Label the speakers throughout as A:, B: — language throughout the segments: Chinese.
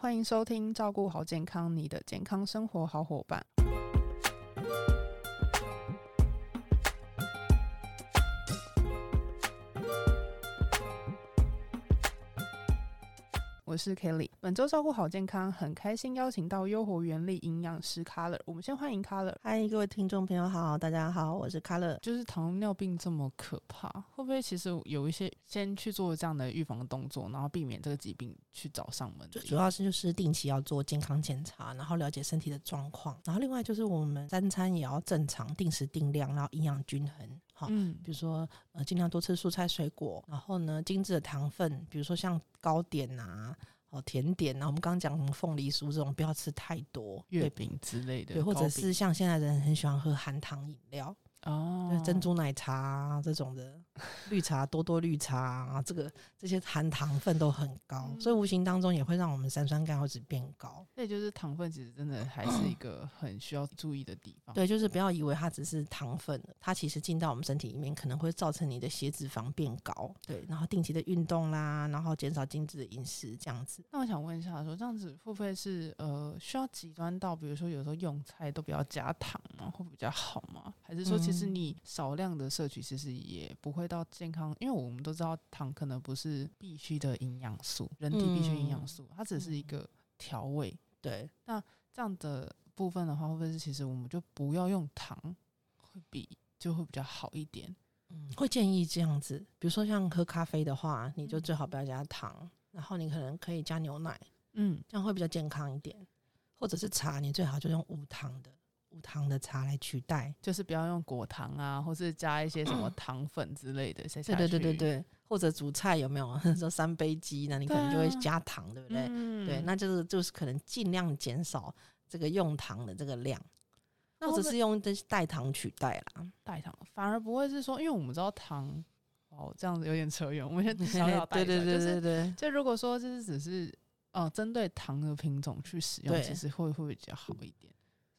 A: 欢迎收听《照顾好健康》，你的健康生活好伙伴。我是 Kelly，本周照顾好健康，很开心邀请到优活原力营养师 Color，我们先欢迎 Color。
B: 嗨，各位听众朋友好，大家好，我是卡乐。
A: 就是糖尿病这么可怕，会不会其实有一些先去做这样的预防动作，然后避免这个疾病去找上门的
B: 最？主要是就是定期要做健康检查，然后了解身体的状况，然后另外就是我们三餐也要正常、定时定量，然后营养均衡。好，
A: 嗯
B: 比如说呃，尽量多吃蔬菜水果，然后呢，精致的糖分，比如说像糕点啊、哦甜点啊，我们刚刚讲什么凤梨酥这种，不要吃太多。
A: 月
B: 对
A: 饼之类的，
B: 对，或
A: 糕
B: 者
A: 饼
B: 是像现在人很喜欢喝含糖饮料，
A: 哦
B: 对，珍珠奶茶、啊、这种的绿茶多多绿茶啊，这个这些含糖分都很高，所以无形当中也会让我们三酸甘油脂变高。
A: 那也就是糖分，其实真的还是一个很需要注意的地方。
B: 对，就是不要以为它只是糖分了，它其实进到我们身体里面，可能会造成你的血脂肪变高。对，然后定期的运动啦，然后减少精致的饮食，这样子。
A: 那我想问一下说这样子会不会是呃需要极端到，比如说有时候用菜都不要加糖吗？会比较好吗？还是说其实
B: 嗯
A: 你少量的摄取，其实也不会到健康？因为我们都知道糖可能不是必须的营养素，人体必须营养素，
B: 嗯
A: 它只是一个调味。
B: 对，
A: 这样的部分的话，会不会是其实我们就不要用糖，会比就会比较好一点？
B: 嗯，会建议这样子，比如说像喝咖啡的话，你就最好不要加糖，然后你可能可以加牛奶。
A: 嗯，
B: 这样会比较健康一点。或者是茶，你最好就用无糖的无糖的茶来取代。
A: 就是不要用果糖啊，或是加一些什 么糖粉之类的，再下
B: 对
A: 去
B: 对对对，对，或者煮菜有没有？ 说三杯鸡，那你可能就会加糖，对不对？
A: 嗯
B: 对，那就是就是可能尽量减少这个用糖的这个量，
A: 那
B: 或者
A: 会不会
B: 是用这些代糖取代啦。
A: 代糖，反而不会是说，因为我们知道糖，哦，这样子有点扯远，我们 先小小带
B: 对
A: 一下
B: 对对
A: 就是
B: 对对。
A: 就如果说就是只是哦，针对糖的品种去使用，
B: 对
A: 其实会会比较好一点。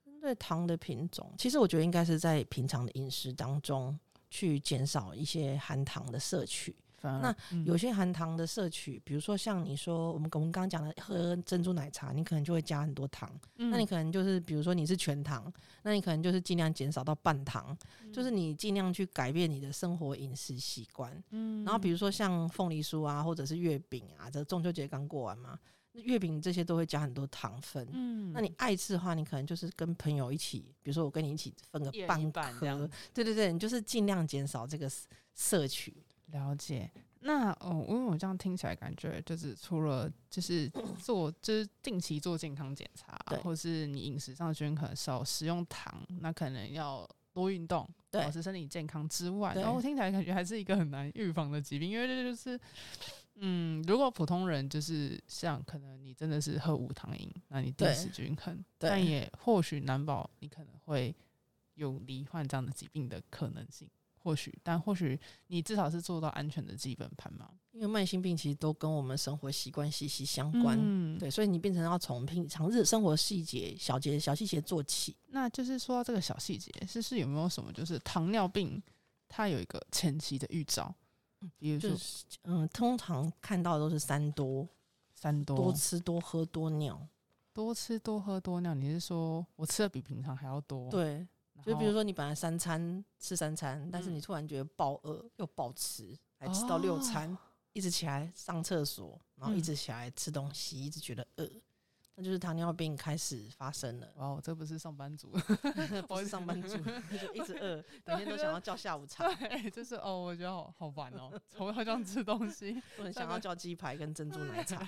B: 针对糖的品种，其实我觉得应该是在平常的饮食当中去减少一些含糖的摄取。
A: 反而
B: 那
A: 嗯
B: 有些含糖的摄取，比如说像你说我们我们刚刚讲的喝珍珠奶茶，你可能就会加很多糖。
A: 嗯
B: 那你可能就是比如说你是全糖，那你可能就是尽量减少到半糖，就是你尽量去改变你的生活饮食习惯。
A: 嗯
B: 然后比如说像凤梨酥啊，或者是月饼啊，这中秋节刚过完嘛，那月饼这些都会加很多糖分。
A: 嗯
B: 那你爱吃的话，你可能就是跟朋友一起，比如说我跟你一起分个
A: 一人
B: 半
A: 一半这样
B: 颗对对对，你就是尽量减少这个摄摄取。
A: 了解。那哦，因为我这样听起来感觉就是除了 就是做就是定期做健康检查
B: 对，
A: 或是你饮食上均衡，少食用糖，那可能要多运动，
B: 对
A: 保持身体健康之外，
B: 对
A: 然后我听起来感觉还是一个很难预防的疾病，因为这就是。嗯，如果普通人就是像可能你真的是喝无糖饮，那你定
B: 对
A: 时均衡，
B: 对
A: 但也或许难保你可能会有罹患这样的疾病的可能性，或许，但或许你至少是做到安全的基本盘嘛，
B: 因为慢性病其实都跟我们生活习惯息息相关，
A: 嗯，
B: 对，所以你变成要从平常日生活细节、小节、小细节做起。
A: 那就是说到这个小细节，是是有没有什么就是糖尿病它有一个前期的预兆，比如说
B: 就是嗯，通常看到的都是三多：
A: 三多
B: 多吃、多喝、多尿。
A: 多吃多喝多尿，你是说我吃的比平常还要多？，
B: 对，就比如
A: 说
B: 说你本来三餐吃三餐，但是
A: 嗯
B: 你突然觉得暴饿又暴吃，还吃到六餐，一直起来上厕所，然后一
A: 哦嗯
B: 直起来吃东西，一直觉得饿，那就是糖尿病开始发生 了。
A: 哇，我这不是上班族，
B: 不是上班族 就一直饿，每天都想要叫下午茶。
A: 对，就是哦，我觉得好好烦哦， 从小想吃东西，
B: 我很想要叫鸡排跟珍珠奶茶。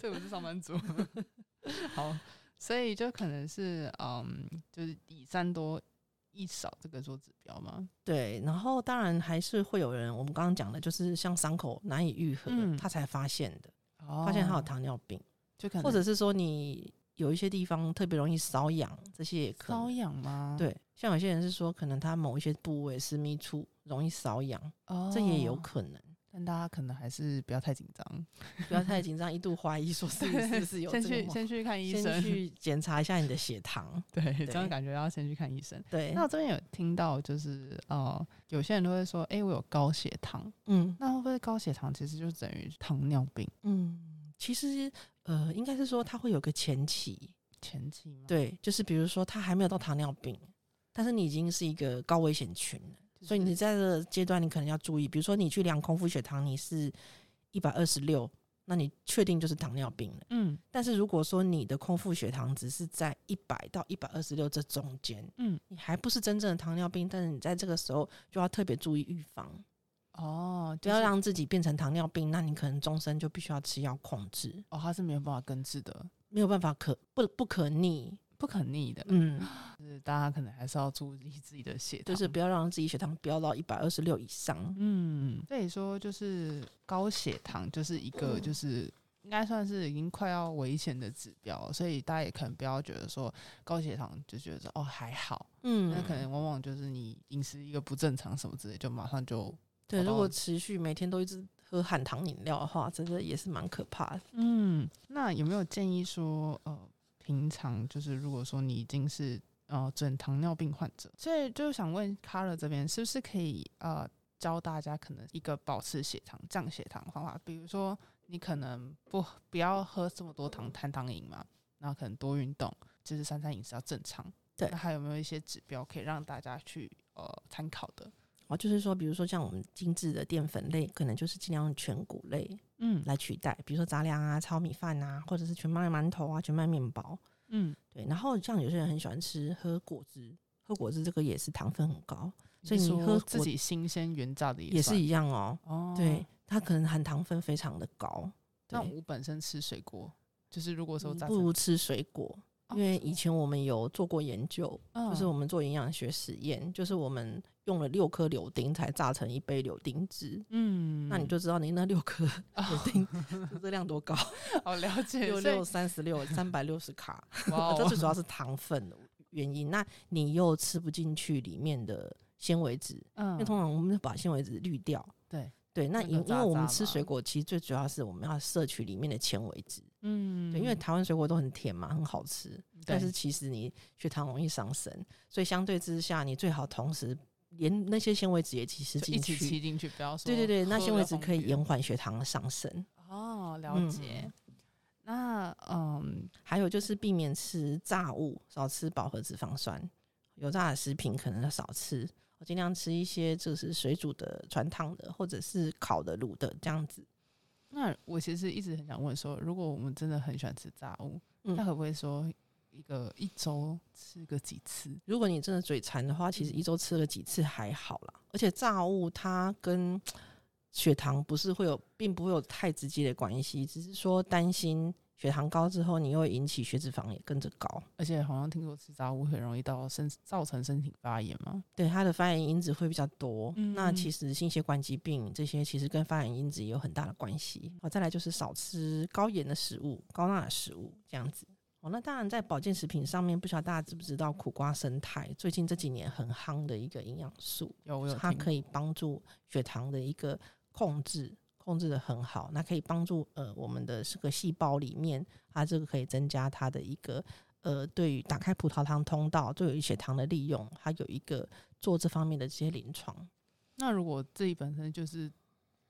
A: 这不是上 班族。好，所以就可能是嗯，就是以三多一少这个做指标嘛。
B: 对，然后当然还是会有人，我们刚刚讲的，就是像伤口难以愈合，
A: 嗯
B: 他才发现的，
A: 哦
B: 发现他有，糖尿病，
A: 就可能
B: 或者是说你有一些地方特别容易瘙痒，这些也可
A: 瘙
B: 能。
A: 痒吗？，
B: 对，像有些人是说，可能他某一些部位私密处容易瘙痒，
A: 哦
B: 这也有可能。
A: 但大家可能还是不要太紧张，
B: 不要太紧张，一度怀疑说自己 是不是有这
A: 先
B: 个
A: 去
B: 毛
A: 先去看医
B: 先
A: 生，
B: 去检查一下你的血糖。
A: 对，
B: 对
A: 这样感觉要先去看医生。
B: 对，
A: 那我这边有听到，就是呃，有些人都会说，哎、我有高血糖，
B: 嗯
A: 那会不会高血糖其实就等于糖尿病？
B: 嗯，其实呃，应该是说它会有个前期，
A: 前期嘛，，
B: 对，就是比如说他还没有到糖尿病，但是你已经是一个高危险群了，所
A: 嗯
B: 以你在这个阶段你可能要注意，比如说你去量空腹血糖，你是一百二十六，那你确定就是糖尿病了。
A: 嗯
B: 但是如果说你的空腹血糖只是在一百到一百二十六这中间，
A: 嗯，
B: 你还不是真正的糖尿病，但是你在这个时候就要特别注意预防，
A: 哦，
B: 不
A: 就
B: 要
A: 是
B: 让自己变成糖尿病，那你可能终身就必须要吃药控制，
A: 哦，它是没有办法根治的，
B: 没有办法可不不可逆，
A: 不可逆的，
B: 嗯。
A: 就是大家可能还是要注意自己的血糖，
B: 就是不要让自己血糖飙到一百二十六以上。
A: 嗯，所以说就是高血糖就是一个就是应该算是已经快要危险的指标，所以大家也可能不要觉得说高血糖就觉得哦还好，
B: 嗯
A: 那可能往往就是你饮食一个不正常什么之类，就马上就
B: 对，
A: 跑到
B: 如果持续每天都一直喝含糖饮料的话，真的也是蛮可怕的。
A: 嗯，那有没有建议说呃平常就是如果说你已经是呃准糖尿病患者，所以就想问 c a r 这边是不是可以呃教大家可能一个保持血糖降血糖的方法，比如说你可能不不要喝这么多
B: 嗯
A: 糖含糖饮嘛，然后可能多运动，就是三餐饮食要正常。
B: 对
A: 那还有没有一些指标可以让大家去呃参考的？
B: 哦，就是说，比如说像我们精致的淀粉类，可能就是尽量用全谷类
A: 嗯
B: 来取代，比如说杂粮啊、糙米饭啊，或者是全麦馒头啊、全麦面包。
A: 嗯，
B: 对，然后像有些人很喜欢吃喝果汁，喝果汁这个也是糖分很高，所以
A: 是
B: 你
A: 说
B: 喝
A: 自
B: 果
A: 己新鲜原榨的
B: 也
A: 算
B: 是一样哦。
A: 哦，
B: 对，它可能含糖分非常的高。
A: 那
B: 对
A: 我本身吃水果，就是如果说
B: 你
A: 榨
B: 不
A: 成哦
B: 如吃水果，因为以前我们有做过研究，
A: 就
B: 就是我们做营养学实验，就是我们用了六颗柳丁才榨成一杯柳丁汁。
A: 嗯，
B: 那你就知道你那六 颗柳丁热量多高，
A: 好了解
B: 六
A: 所以
B: 六三十六三百六十 卡，呃
A: 哇
B: 这
A: 哦
B: 最主要是糖分的原因。那你又吃不进去里面的纤维质，因为
A: 嗯
B: 通常我们把纤维质滤掉。
A: 对
B: 对，那
A: 那
B: 因
A: 个
B: 因为我
A: 渣渣
B: 们吃
A: 嘛
B: 水果，其实最主要是我们要摄取里面的纤维质。
A: 嗯
B: 对，因为台湾水果都很甜嘛，很好吃，但
A: 对
B: 是其实你血糖容易上升，所以相对之下，你最好同时连那些纤维质也其实
A: 就一
B: 进
A: 起
B: 去。
A: 吃进去，不要说
B: 对对对，那
A: 喝
B: 纤
A: 了
B: 维质
A: 放
B: 可以
A: 别
B: 延缓血糖的上升。
A: 哦，了
B: 嗯
A: 解。那嗯，
B: 还有就是避免吃炸物，少吃饱和脂肪酸，油炸的食品可能要少吃，我尽量吃一些就是水煮的、传烫的，或者是烤的、卤的这样子。
A: 那我其实一直很想问说，如果我们真的很喜欢吃炸物，
B: 嗯
A: 那可不可以说一个一周吃个几次？
B: 如果你真的嘴馋的话，其实一周吃了几次还好啦。而且炸物它跟血糖不是会有，并不会有太直接的关系，只是说担心血糖高之后，你又会引起血脂肪也跟着高。
A: 而且好像听说吃炸物很容易到身造成身体发炎嘛。
B: 对它的发炎因子会比较多，
A: 嗯
B: 那其实心血管疾病这些其实跟发炎因子也有很大的关系。好，再来就是少吃高盐的食物、高钠的食物这样子。哦，那当然在保健食品上面，不晓得大家知不知道苦瓜生态最近这几年很夯的一个营养素。
A: 有我有
B: 它
A: 听
B: 可以帮助血糖的一个控制，控制的很好。那可以帮助呃我们的这个细胞里面，它这个可以增加它的一个呃对于打开葡萄糖通道对于血糖的利用，它有一个做这方面的这些临床。
A: 那如果自己本身就是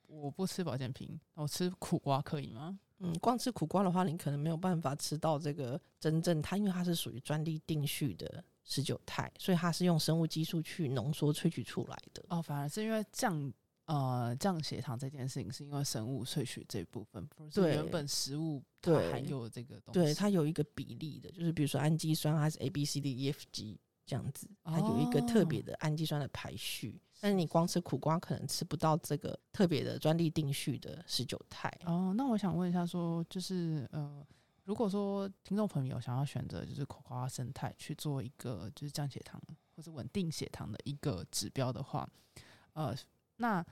A: 我不吃保健品，我吃苦瓜可以吗？
B: 嗯，光吃苦瓜的话，你可能没有办法吃到这个真正它，因为它是属于专利定序的十九肽，所以它是用生物激素去浓缩萃取出来的。
A: 哦，反而是因为降呃降血糖这件事情，是因为生物萃取这部分，不是
B: 对
A: 原本食物它
B: 对
A: 含有的这个东西。
B: 对，它有一个比例的，就是比如说氨基酸，它是 A B C D E F G 这样子，它有一个特
A: 哦
B: 别的氨基酸的排序。但是你光吃苦瓜，可能吃不到这个特别的专利定序的十九肽。
A: 哦，那我想问一下说就是呃，如果说听众朋友想要选择就是苦瓜生态去做一个就是降血糖或者稳定血糖的一个指标的话，呃，那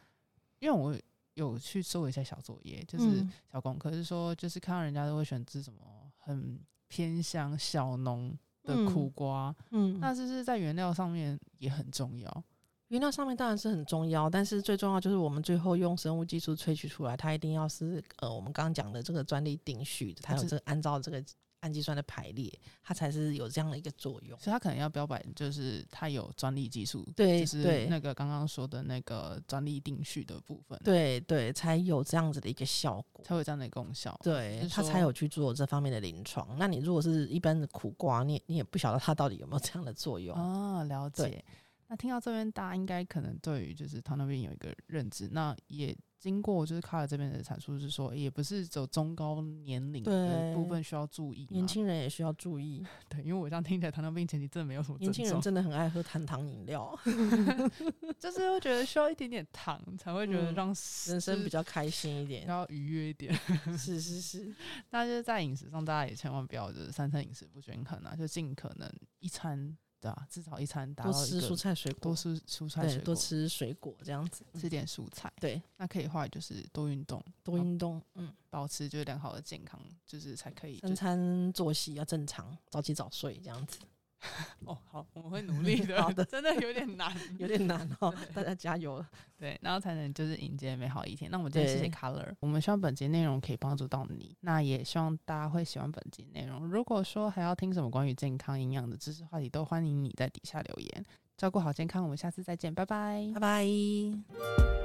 A: 因为我有去做一下小作业，就是。
B: 嗯
A: 小工，可是说就是看到人家都会选吃什么很偏向小农的苦瓜，
B: 嗯，那
A: 那是不是在原料上面也很重要？
B: 原料上面当然是很重要，但是最重要就是我们最后用生物技术萃取出来，它一定要是呃我们刚刚讲的这个专利定序的，它有
A: 是
B: 这个按照这个氨基酸的排列，它才是有这样的一个作用。
A: 所以它可能要标榜就是它有专利技术，
B: 对
A: 就是
B: 对
A: 那个刚刚说的那个专利定序的部分，，
B: 对对，才有这样子的一个效果。
A: 才有这样的功效。
B: 对
A: 是
B: 他才
A: 说
B: 有去做这方面的临床。那你如果是一般的苦瓜，你也你也不晓得它到底有没有这样的作用。
A: 哦，了
B: 对
A: 解。那听到这边，大家应该可能对于就是糖尿病有一个认知，那也经过就是卡尔这边的阐述，是说也不是走中高年龄的部
B: 对
A: 分需要注意嘛，
B: 年轻人也需要注意，
A: 对，因为我这样听起来糖尿病前期真的没有什么
B: 年
A: 症
B: 轻人
A: 状，
B: 真的很爱喝含糖饮料，
A: 就是会觉得需要一点点糖才会觉得
B: 嗯
A: 让
B: 人生比
A: 较
B: 较开心一点。
A: 要愉悦一点。
B: 是是是，
A: 那就是在饮食上，大家也千万不要就是三餐饮食不均衡啊，就尽可能一餐对啊，至少一餐达
B: 多
A: 到
B: 吃
A: 一个
B: 蔬菜水果
A: 多，吃蔬菜
B: 对
A: 水，果，
B: 多吃水果这样子。嗯
A: 吃点蔬菜。
B: 对，
A: 那可以的话就是多运动，
B: 多运动，嗯，
A: 保持就是良好的健康，就是才可以。就
B: 三餐作息要正常，早起早睡这样子，
A: 哦，好，我们会努力的。
B: 好的
A: 真的有点难。
B: 有 点难哦，大家加油了。
A: 对，然后才能就是迎接美好一天。那我们今天谢谢
B: 对
A: Color，我们希望本节内容可以帮助到你，那也希望大家会喜欢本节内容。如果说还要听什么关于健康营养的知识话题，都欢迎你在底下留言。照顾好健康，我们下次再见，拜拜
B: 拜拜。